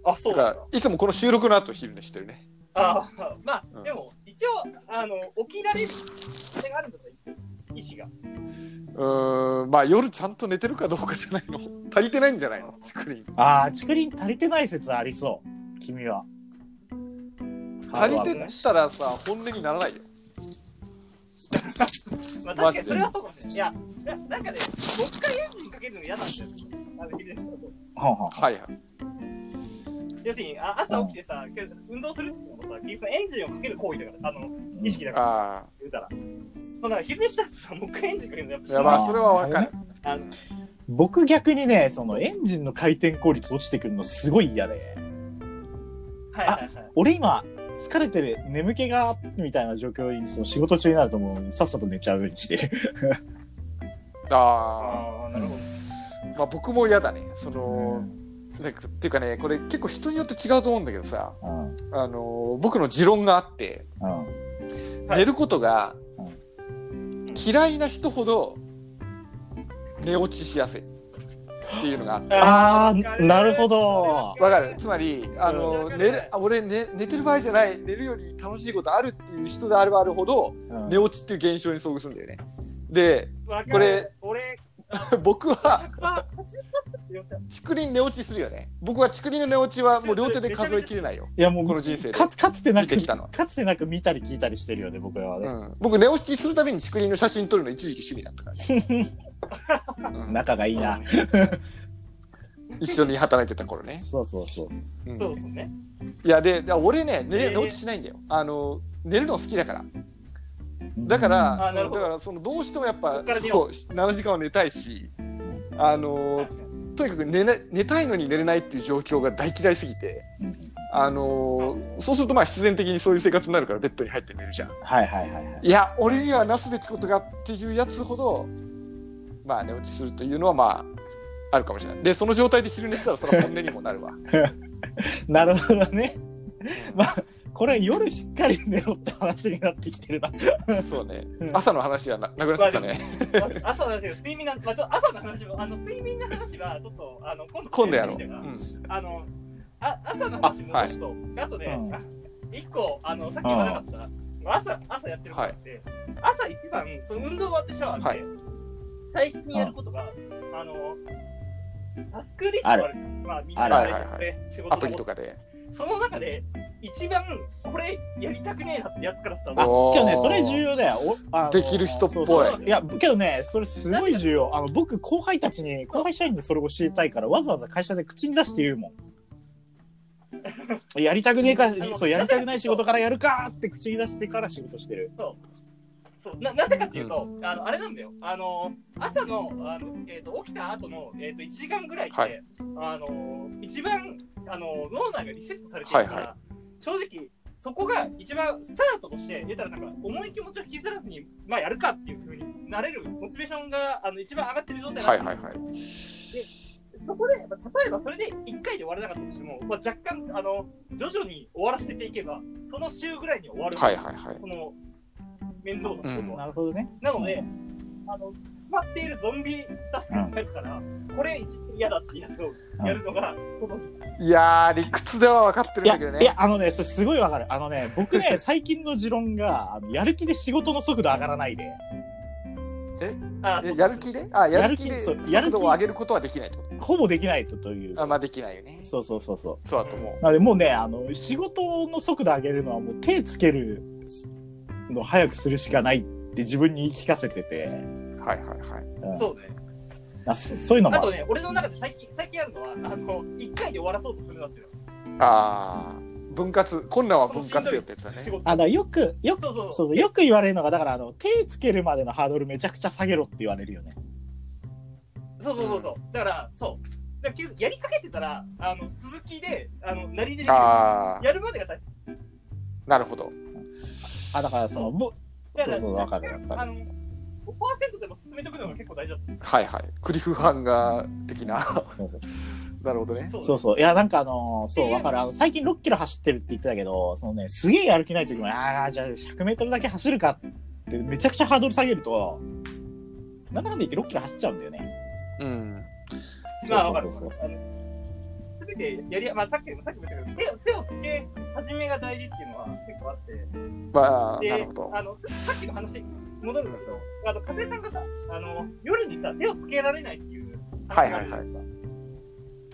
[SPEAKER 1] あ、そ
[SPEAKER 2] だ
[SPEAKER 1] う
[SPEAKER 2] か
[SPEAKER 1] だ。
[SPEAKER 2] らいつもこの収録の後昼寝してるね
[SPEAKER 1] あーま
[SPEAKER 2] う
[SPEAKER 1] あ、
[SPEAKER 2] ん
[SPEAKER 1] でも、一応、あの、起きられる可能性があるんだったら、意思が。
[SPEAKER 2] うーんまあ夜ちゃんと寝てるかどうかじゃない <laughs> の足りてないんじゃないのスクリーン
[SPEAKER 3] ああ、竹林足りてない説ありそう。君は。
[SPEAKER 2] 足り
[SPEAKER 3] ハードワーク
[SPEAKER 2] て
[SPEAKER 3] ね
[SPEAKER 2] たらさ本音にならないよ
[SPEAKER 1] まあ、確かにそれはそうかもしれない。いや、ななんかね、もう一回エンジンかけるの嫌なんだよ。あの昼寝した後
[SPEAKER 3] はんはんはん
[SPEAKER 2] はいはい
[SPEAKER 1] 要するにあ朝起きてさ、今日運動するってことはさ、結局そのエンジンをかける行為だから、あの、意識だから、
[SPEAKER 2] あ
[SPEAKER 1] 言うたら。まあ、だから昼寝したらさ、もう一回エンジンかけるのやっぱ
[SPEAKER 2] あ
[SPEAKER 1] し
[SPEAKER 2] いやま
[SPEAKER 1] ま
[SPEAKER 2] あそれはわかる
[SPEAKER 1] あの、
[SPEAKER 3] 僕逆にね、そのエンジンの回転効率落ちてくるのすごい嫌で。
[SPEAKER 1] はいはいはい。
[SPEAKER 3] 俺今、疲れてる、眠気が、みたいな状況に、その仕事中になるともう、さっさと寝ちゃうようにしてる。
[SPEAKER 2] あ
[SPEAKER 1] ああ、なるほど。
[SPEAKER 2] ーまあ僕も嫌だねそのなんかっていうかねこれ結構人によって違うと思うんだけどさ
[SPEAKER 3] うん。うん。
[SPEAKER 2] あの僕の持論があって
[SPEAKER 1] はい
[SPEAKER 2] 寝ることが
[SPEAKER 3] う
[SPEAKER 2] 嫌いな人ほど寝落ちしやすいっていうのがあって
[SPEAKER 3] あーなるほど
[SPEAKER 2] わかるつまりあの、
[SPEAKER 1] うん
[SPEAKER 2] 寝るあ俺寝寝てる場合じゃない寝るより楽しいことあるっていう人であればあるほど
[SPEAKER 3] うん
[SPEAKER 2] 寝落ちっていう現象に遭遇するんだよねで <laughs>
[SPEAKER 1] わかる
[SPEAKER 2] これ
[SPEAKER 1] 俺
[SPEAKER 2] 僕は
[SPEAKER 1] あ走ったって言っちゃう
[SPEAKER 2] 竹林寝落ちするよね僕は竹林の寝落ちはもう両手で数えきれないよ、
[SPEAKER 3] いやもう
[SPEAKER 2] この人生で
[SPEAKER 3] かかつてな
[SPEAKER 2] 見て
[SPEAKER 3] く
[SPEAKER 2] きたのは
[SPEAKER 3] かつてなく見たり聞いたりしてるよね僕らは
[SPEAKER 2] う
[SPEAKER 3] ね、
[SPEAKER 2] ん、僕寝落ちするたびに竹林の写真撮るの一時期趣味だったからね、
[SPEAKER 1] <laughs>
[SPEAKER 2] うん
[SPEAKER 3] 仲がいいな、
[SPEAKER 2] 一緒に働いてた頃ね、
[SPEAKER 3] そうそうそう
[SPEAKER 2] うん
[SPEAKER 1] そうですね
[SPEAKER 2] いやでで俺ね寝,、
[SPEAKER 1] えー
[SPEAKER 2] 寝落ちしないんだよあの寝るの好きだからだか
[SPEAKER 1] ん
[SPEAKER 2] ら
[SPEAKER 1] あなるほど
[SPEAKER 2] だからそのどうしてもやっ
[SPEAKER 1] こ
[SPEAKER 2] ぱ
[SPEAKER 1] っから寝よ
[SPEAKER 2] そう7時間は寝たいしあのとにかく寝な寝たいのに寝れないっていう状況が大嫌いすぎて
[SPEAKER 3] うん
[SPEAKER 2] あのそうするとまあ必然的にそういう生活になるからベッドに入って寝るじゃん
[SPEAKER 3] はいはいはいはい
[SPEAKER 2] いや俺にはなすべきことがっていうやつほどまあ寝落ちするというのはまああるかもしれないでその状態で昼寝したらそれは本音にも
[SPEAKER 1] <laughs>
[SPEAKER 2] なるわ
[SPEAKER 3] なるほどね <laughs> まあこれ夜しっかり寝ろって話になってきてるな
[SPEAKER 2] そうね朝の話はななくなっちゃったね
[SPEAKER 1] あ朝の話です睡眠なんまあちょっと朝の話もあの睡眠の話はちょっとあの今度
[SPEAKER 2] 今度やろう、う
[SPEAKER 1] てみてから
[SPEAKER 2] ん
[SPEAKER 1] あのあ朝の話も
[SPEAKER 2] あはい
[SPEAKER 1] ちょっとあと
[SPEAKER 3] う
[SPEAKER 1] ね
[SPEAKER 3] ん
[SPEAKER 1] あ一個あのさっき言わなかった朝朝やってることがあって朝一番その運動終わってシャワー浴びて最近やることがあのタスクリストあるまあみんな
[SPEAKER 3] あ
[SPEAKER 2] る
[SPEAKER 1] 大学で仕事
[SPEAKER 2] アプリと
[SPEAKER 1] か
[SPEAKER 2] かで
[SPEAKER 1] その中で一番これやりたくねえなってやつからスター
[SPEAKER 3] あ
[SPEAKER 1] ト
[SPEAKER 2] おー
[SPEAKER 3] 今日ねそれ重要だよおあの
[SPEAKER 2] できる人っぽい
[SPEAKER 3] そうそういやけどねそれすごい重要あの僕後輩たちに後輩社員でそれ教えたいからわざわざ会社で口に出して言うもん <laughs> やりたくねえかそうやりたくない仕事からやるかって口に出してから仕事してる
[SPEAKER 1] そうななぜかっていうと、あのあれなんだよ、あの朝のあの、えー、と起きた後の、えー、と1時間ぐらいって、
[SPEAKER 2] はい
[SPEAKER 1] あの一番あの脳内がリセットされてるから、
[SPEAKER 2] はいは
[SPEAKER 1] 正直、そこが一番スタートとして出たら、なんか重い気持ちを引きずらずに、まあ、やるかっていうふうになれる、モチベーションがあの一番上がってる状態
[SPEAKER 2] はい
[SPEAKER 1] なの
[SPEAKER 2] はいはい
[SPEAKER 1] そこで、まあ例えばそれで1回で終わらなかったとしても、まあ、若干あの徐々に終わらせていけば、その週ぐらいには終わる、
[SPEAKER 2] はいはいはい
[SPEAKER 1] その面倒な仕事は。
[SPEAKER 2] うん
[SPEAKER 3] なるほどね
[SPEAKER 1] なので、あの、決まっているゾンビタスクが入るから、これ一番嫌だってやつをやるのが、この、
[SPEAKER 2] いやー理屈では分かってるん
[SPEAKER 3] いや
[SPEAKER 2] だけど
[SPEAKER 3] いや
[SPEAKER 2] ね
[SPEAKER 3] あのねそれすごいわかるあのね僕ね <laughs> 最近の持論があのやる気で仕事の速度上がらないで
[SPEAKER 1] あ
[SPEAKER 2] えやる気であやる気で
[SPEAKER 3] やる気そうや
[SPEAKER 2] 速
[SPEAKER 3] る気
[SPEAKER 2] 度を上げることはできないってこ
[SPEAKER 3] ほぼできないとという
[SPEAKER 2] とあまあできないよね
[SPEAKER 3] そうそうそうそう
[SPEAKER 2] そうだと思う
[SPEAKER 3] なのでもうねあの仕事の速度上げるのはもう手つけるの早くするしかないって自分に言い聞かせてて、
[SPEAKER 2] はいはいはい
[SPEAKER 3] うん
[SPEAKER 1] そうね。
[SPEAKER 3] あそそういうのも
[SPEAKER 1] あ
[SPEAKER 3] あ
[SPEAKER 1] と
[SPEAKER 3] る
[SPEAKER 1] ね、俺の中で最近、最近あるのは、あの、一回で終わらそうとするなっていう
[SPEAKER 2] あー分割困難は分割よってやつだ
[SPEAKER 1] の
[SPEAKER 2] ね
[SPEAKER 1] 仕事。
[SPEAKER 3] あだからよくよく
[SPEAKER 1] そうそう
[SPEAKER 3] そ
[SPEAKER 1] そう
[SPEAKER 3] そうよく言われるのがだからあの手つけるまでのハードルめちゃくちゃ下げろって言われるよね
[SPEAKER 1] う。そうそうそうそう。だから、そう。だから結局やりかけてたら、あの、続きで、あの、何でできる
[SPEAKER 2] ああ
[SPEAKER 1] やるまでが大変。
[SPEAKER 2] なるほど
[SPEAKER 3] あだからそのぼ
[SPEAKER 1] だから、
[SPEAKER 3] そうそうわかるわかる
[SPEAKER 1] あの、5%でも進めとくのが結構大事だった。
[SPEAKER 2] はいはいクリフハンガー的な <laughs>
[SPEAKER 3] そうそう
[SPEAKER 2] なるほどね
[SPEAKER 1] そう
[SPEAKER 3] そうそういやなんかあのそうわかるあの最近6キロ走ってるって言ってたけどそのねすげえやる気ない時もああじゃあ100メートルだけ走るかってめちゃくちゃハードル下げるとなんだかんだ言って6キロ走っちゃうんだよね
[SPEAKER 2] うん
[SPEAKER 1] まあ、わかる。
[SPEAKER 3] そうそう
[SPEAKER 1] すべてやり、まあ、さっきもさっきも言ったけど、手を手をつけ始めが大事っていうのは結構あって、
[SPEAKER 2] まあ
[SPEAKER 1] で
[SPEAKER 2] なるほど
[SPEAKER 1] あのさっきの話に戻るんだけど、あの、風さんがさ、あの、夜にさ、手をつけられないっていう
[SPEAKER 2] は
[SPEAKER 1] 話
[SPEAKER 2] い
[SPEAKER 1] があ
[SPEAKER 2] は
[SPEAKER 1] る
[SPEAKER 2] い
[SPEAKER 1] じゃな
[SPEAKER 2] は
[SPEAKER 1] い
[SPEAKER 2] い
[SPEAKER 1] です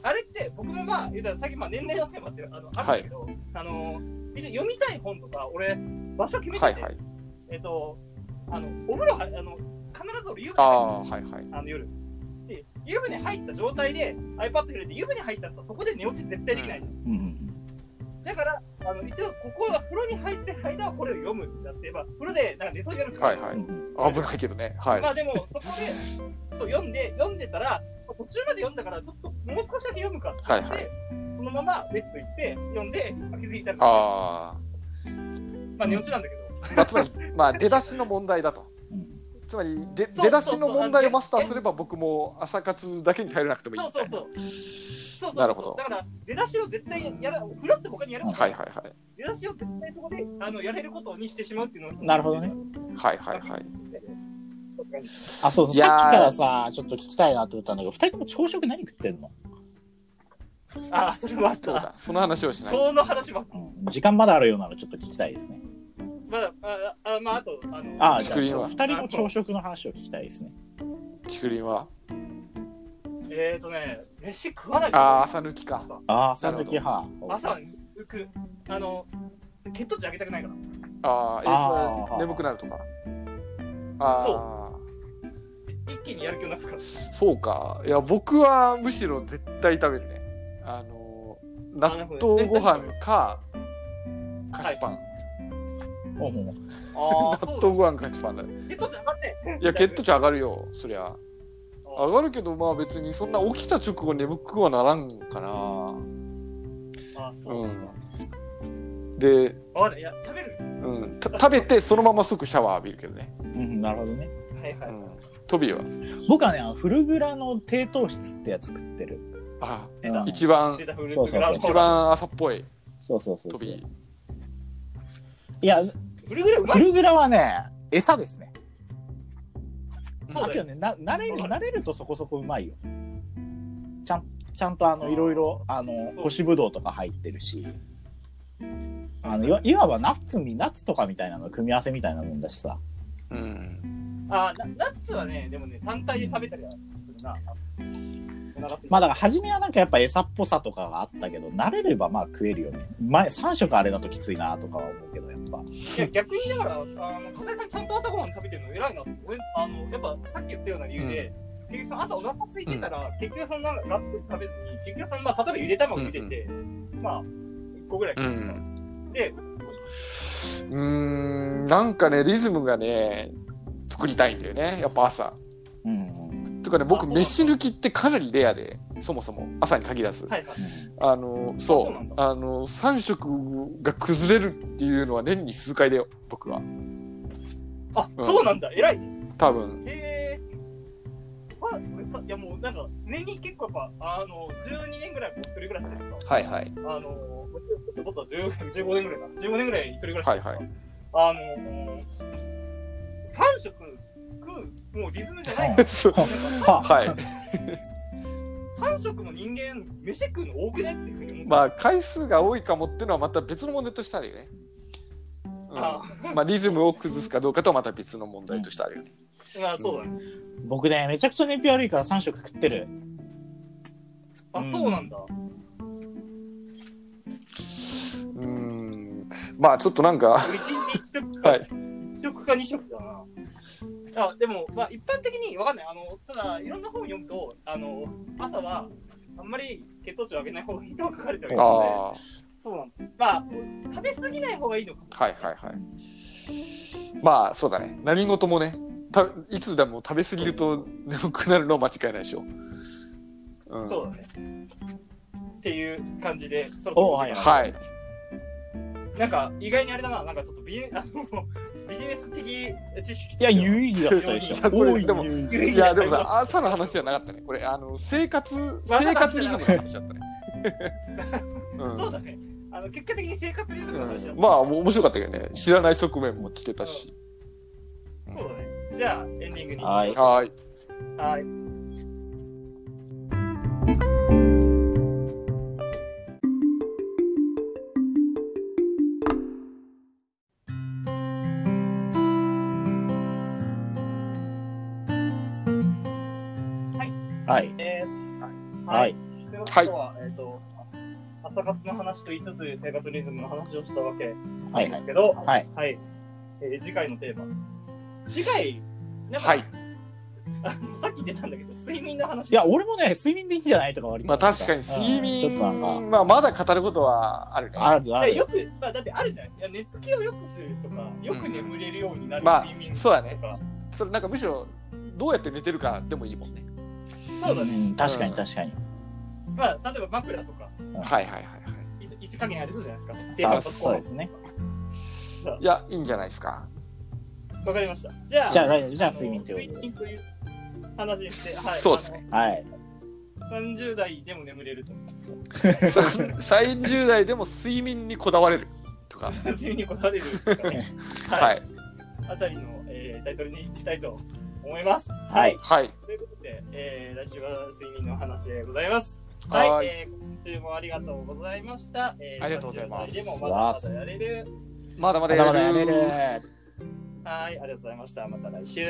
[SPEAKER 1] か。あれって、僕もまあ、言うたら、さっき、まあ、年齢のせいもあって、あの、あるんだけど、あの、一応読みたい本とか、俺、場所決めてて、
[SPEAKER 2] はいはい
[SPEAKER 1] えっと、あの、お風呂は、あの、必ず俺、湯船入るんだよ
[SPEAKER 2] ああはいはい
[SPEAKER 1] あの夜。で、湯船入った状態で iPad 入れて湯船入ったらそこで寝落ち絶対できない。
[SPEAKER 3] うんうん
[SPEAKER 1] だから、あの一応ここは風呂に入ってる間はこれを読むってなって、まあ、風呂でなんか寝そうになるから、
[SPEAKER 2] はいは
[SPEAKER 3] うんうん
[SPEAKER 2] い危ないけどねはい
[SPEAKER 1] まあでもそこでそう読んで、読んでたら、途中まで読んだからちょっともう少しだけ読むかって言って、
[SPEAKER 2] はいは
[SPEAKER 1] そのままベッド行って読んで、気づいたら、
[SPEAKER 2] あ
[SPEAKER 1] まあ寝落ちなんだけど。
[SPEAKER 2] あまあつまりまあ出だしの問題だと
[SPEAKER 3] うん
[SPEAKER 2] つまりで
[SPEAKER 1] そう
[SPEAKER 2] 出だしの問題をマスターすれば僕も朝活だけに頼らなくてもいい
[SPEAKER 1] そう
[SPEAKER 2] みた
[SPEAKER 1] そう
[SPEAKER 2] いな
[SPEAKER 1] そう。そうそうそう
[SPEAKER 2] なるほど
[SPEAKER 1] だから出だしを絶対やら、風呂って他にやること
[SPEAKER 2] は
[SPEAKER 1] ない
[SPEAKER 2] いはいはい
[SPEAKER 1] 出だしを絶対そこであのやれることにしてしまうっていうのを
[SPEAKER 3] なるほどね。
[SPEAKER 2] はいはいはい
[SPEAKER 1] 感じ。
[SPEAKER 3] あ、そうそう、
[SPEAKER 2] いやー
[SPEAKER 3] さっきからさ、ちょっと聞きたいなと思ったんだけど、二人とも朝食何食ってんの、
[SPEAKER 1] あ、それもあっ
[SPEAKER 2] そう
[SPEAKER 1] た。
[SPEAKER 2] だ、その話をしない。
[SPEAKER 1] その話ばっか
[SPEAKER 3] うん、時間まだあるようならちょっと聞きたいですね。
[SPEAKER 1] まだ、あ、あまあ、あと、あの、
[SPEAKER 3] あー、
[SPEAKER 2] 竹林
[SPEAKER 3] じゃあ
[SPEAKER 2] は
[SPEAKER 3] 二人の朝食の話を聞きたいですね。
[SPEAKER 2] 竹林は。
[SPEAKER 1] えーとね、飯食わない
[SPEAKER 2] ああ、朝抜きか。
[SPEAKER 3] ああ、朝抜き派。
[SPEAKER 1] 朝は浮く。あの、血糖値上げたくないから。
[SPEAKER 2] ああ、え
[SPEAKER 3] あー
[SPEAKER 2] ー、眠くなるとか。ああ、
[SPEAKER 1] 一気にやる気をなくすから。
[SPEAKER 2] そうか。いや、僕はむしろ絶対食べるね。あのー、
[SPEAKER 1] なる
[SPEAKER 2] 納
[SPEAKER 1] ほど
[SPEAKER 2] 豆ご飯か、菓子パン。
[SPEAKER 3] おうおう
[SPEAKER 1] ああ、
[SPEAKER 2] 納豆ご飯、菓子パンだね。
[SPEAKER 1] 血糖値上がって。
[SPEAKER 2] いや、血糖値上がるよ、そりゃ。
[SPEAKER 1] あ
[SPEAKER 2] 上がるけど、まあ別にそんな起きた直後眠くはならんかな。
[SPEAKER 1] あー、そうなんだ。
[SPEAKER 2] で、
[SPEAKER 1] わかんない。いや、食べる。
[SPEAKER 2] うん、た食べてそのまますぐシャワー浴びるけどね。
[SPEAKER 3] うん、なるほどね。
[SPEAKER 1] はいは
[SPEAKER 2] う
[SPEAKER 1] い。
[SPEAKER 2] ん、トビーは。
[SPEAKER 3] 僕はね、あのフルグラの低糖質ってやつ食ってる。
[SPEAKER 2] あ
[SPEAKER 1] 出た
[SPEAKER 3] うん
[SPEAKER 2] 一番
[SPEAKER 1] 出、たフルーツグラウンド。
[SPEAKER 2] 一番朝っぽい
[SPEAKER 3] そうそうそう
[SPEAKER 2] ト
[SPEAKER 3] そう。
[SPEAKER 2] ビー
[SPEAKER 3] い。や、
[SPEAKER 1] フルーツグラウンドうま
[SPEAKER 3] フ
[SPEAKER 1] い。
[SPEAKER 3] ルグラはね、餌ですね。
[SPEAKER 1] そうだ
[SPEAKER 3] だけど
[SPEAKER 1] よ。
[SPEAKER 3] ね、な慣れる
[SPEAKER 1] わかる
[SPEAKER 3] 慣れるとそこそこうまいよ。ちゃんちゃんとあ
[SPEAKER 1] あ
[SPEAKER 3] の
[SPEAKER 1] ー
[SPEAKER 3] いろいろあの
[SPEAKER 1] そう
[SPEAKER 3] 干しぶどうとか入ってるし、あのいわいわばナッツにナッツとかみたいなの組み合わせみたいなもんだしさ。
[SPEAKER 2] うん。
[SPEAKER 1] あー、なナッツはね、でもね、単体で食べたりはするな。お腹すいた
[SPEAKER 3] まあだから初めはなんかやっぱ餌っぽさとかがあったけど、慣れればまあ食えるよね。前3食あれだときついなとかは思うけどやっぱ。
[SPEAKER 1] いや逆にだから、あの、笠井さんちゃんと朝ごはん食べてるの偉いなって、俺、あの、やっぱさっき言ったような理由で、結局その朝お腹空いてたら、結局そんなガッツリ食べずに、結局その、まあ、例えばゆで卵茹でて、まあ、1個ぐらい、
[SPEAKER 2] うん。
[SPEAKER 1] で、
[SPEAKER 2] うーん、なんかね、リズムがね、作りたいんだよね、やっぱ朝。
[SPEAKER 3] うん。
[SPEAKER 2] とかね、
[SPEAKER 1] あ
[SPEAKER 2] 僕、
[SPEAKER 1] そうなんだ
[SPEAKER 2] 飯抜きってかなりレアで、そもそも、朝に限らず。
[SPEAKER 1] はいはい。
[SPEAKER 2] あの、そう、
[SPEAKER 1] そうなんだ
[SPEAKER 2] あの、3食が崩れるっていうのは年に数回だよ、僕は。
[SPEAKER 1] あ、
[SPEAKER 2] うん
[SPEAKER 1] そうなんだ、偉いね。
[SPEAKER 2] 多分。
[SPEAKER 1] へぇー。まあ、俺さいやもうなんか、年に結構やっぱ、あの、12年ぐらい一人暮らしですか。
[SPEAKER 2] はいはい。
[SPEAKER 1] あの、もっと10 15年ぐらいかな。15年ぐらい一人暮らしですか。
[SPEAKER 2] はいは
[SPEAKER 1] あの、3食食う、もうリズムじゃない。
[SPEAKER 2] そう
[SPEAKER 3] はあ
[SPEAKER 2] はい。
[SPEAKER 1] 3食の人間、飯食うの多くねっていうふうに思った。
[SPEAKER 2] まあ、回数が多いかもってのはまた別の問題としてあるよね。うん、
[SPEAKER 1] あ
[SPEAKER 2] まあ、リズムを崩すかどうかとはまた別の問題としてあるよね。
[SPEAKER 1] まあ、そうだね。
[SPEAKER 3] 僕ね、めちゃくちゃ燃費悪いから3食食ってる。
[SPEAKER 1] あ、そうなんだ。
[SPEAKER 2] うーん。まあ、ちょっとなんか、
[SPEAKER 1] 俺一日一食か、
[SPEAKER 2] は
[SPEAKER 1] 一
[SPEAKER 2] い。
[SPEAKER 1] 食か二食だな。あでも、まあ、一般的にわかんない。あの、ただ、いろんな本読むと、あの、朝は、あんまり血糖値を上げない方がいいとは書かれてるので、
[SPEAKER 2] ああ、はい
[SPEAKER 1] そうなんだ。まあ、食べ過ぎない方がいいのかも。
[SPEAKER 2] はいはい。まあ、そうだね。何事もね、たいつでも食べ過ぎると眠くなるのは間違いないでしょ。うん、
[SPEAKER 1] そうだね。っていう感じで、そろそろ
[SPEAKER 3] おはい
[SPEAKER 2] はい。
[SPEAKER 1] なんか、意外にあれだな、なんかちょっとビジネあの <laughs> ビジネス的知識
[SPEAKER 3] いや、有意義だったでし
[SPEAKER 2] い
[SPEAKER 3] ょ。
[SPEAKER 2] やこれ
[SPEAKER 3] 大いに
[SPEAKER 2] でも
[SPEAKER 3] 有意義
[SPEAKER 2] いやでもさ朝の話じゃなかったねこれあの生活
[SPEAKER 1] まあ
[SPEAKER 2] 生活リズムの話だったね、うん
[SPEAKER 1] そうだね。あの結果的に生活リズムの話だった、
[SPEAKER 2] うんまあ面白かったけどね知らない側面も聞けたし、
[SPEAKER 1] そうだね。じゃあ、エンディングに。
[SPEAKER 3] はい
[SPEAKER 2] はーい
[SPEAKER 1] はい。
[SPEAKER 3] はい。
[SPEAKER 1] です。
[SPEAKER 3] はい。。
[SPEAKER 1] ということは、えっ、と、朝活の話と言いつつ生活リズムの話をしたわけ
[SPEAKER 3] は
[SPEAKER 1] なん
[SPEAKER 3] い
[SPEAKER 1] で
[SPEAKER 3] はい。
[SPEAKER 1] すけど、
[SPEAKER 3] はい。
[SPEAKER 1] えー次回のテーマ。次回、なんか、
[SPEAKER 2] はい
[SPEAKER 1] あのさっき出たんだけど、睡眠の話。
[SPEAKER 3] いや、俺もね、睡眠でいいんじゃないとか割と
[SPEAKER 2] まあ確かに睡
[SPEAKER 3] うんちょっ
[SPEAKER 2] 眠
[SPEAKER 3] となんか、
[SPEAKER 2] まあまだ語ることはあるね
[SPEAKER 3] あるあ
[SPEAKER 1] で
[SPEAKER 3] る。
[SPEAKER 1] よく、まあ、だってあるじゃん。いや寝つきを良くするとか、よく眠れるようになる
[SPEAKER 2] まあ
[SPEAKER 1] 睡眠の
[SPEAKER 2] そうだ
[SPEAKER 1] と
[SPEAKER 2] ね
[SPEAKER 1] か。
[SPEAKER 2] それなんかむしろどうやって寝てるかでもいいもんね
[SPEAKER 1] そうだね。
[SPEAKER 3] ん確かに確かに。
[SPEAKER 1] まあ、例えば枕とか、
[SPEAKER 2] はいはいはいはい
[SPEAKER 1] 位置加減ありそうじゃないです
[SPEAKER 3] さ
[SPEAKER 1] か。
[SPEAKER 3] あ、そうですね。
[SPEAKER 2] いいやいいんじゃないですか
[SPEAKER 1] わかりました。じゃあ、
[SPEAKER 3] じゃあ、来じゃあ
[SPEAKER 1] の
[SPEAKER 3] 睡眠ってこと
[SPEAKER 1] 睡
[SPEAKER 3] で。
[SPEAKER 1] 眠という話にして、はい。
[SPEAKER 2] そうですね
[SPEAKER 3] はい。
[SPEAKER 1] あの。30代でも眠れると。 <laughs>
[SPEAKER 2] さ30代でも睡眠にこだわれるとか
[SPEAKER 1] 睡眠にこだわれるとかね
[SPEAKER 2] は
[SPEAKER 1] はい。
[SPEAKER 2] い
[SPEAKER 1] あたりの、えータイトルにしたいと思います。
[SPEAKER 3] はい。
[SPEAKER 2] はい。
[SPEAKER 1] ということで、えー、来週は睡眠のお話でございます。
[SPEAKER 2] は
[SPEAKER 1] はいい、えー、今週もありがとうございました。えー、
[SPEAKER 2] ありがとうございます
[SPEAKER 1] 30代でもまだまだやれる。
[SPEAKER 2] まだま
[SPEAKER 3] ま
[SPEAKER 2] だ
[SPEAKER 3] だまだ
[SPEAKER 2] や
[SPEAKER 3] や
[SPEAKER 2] れ
[SPEAKER 3] れ
[SPEAKER 2] る。
[SPEAKER 3] る。
[SPEAKER 1] はい、ありがとうございました。また来週。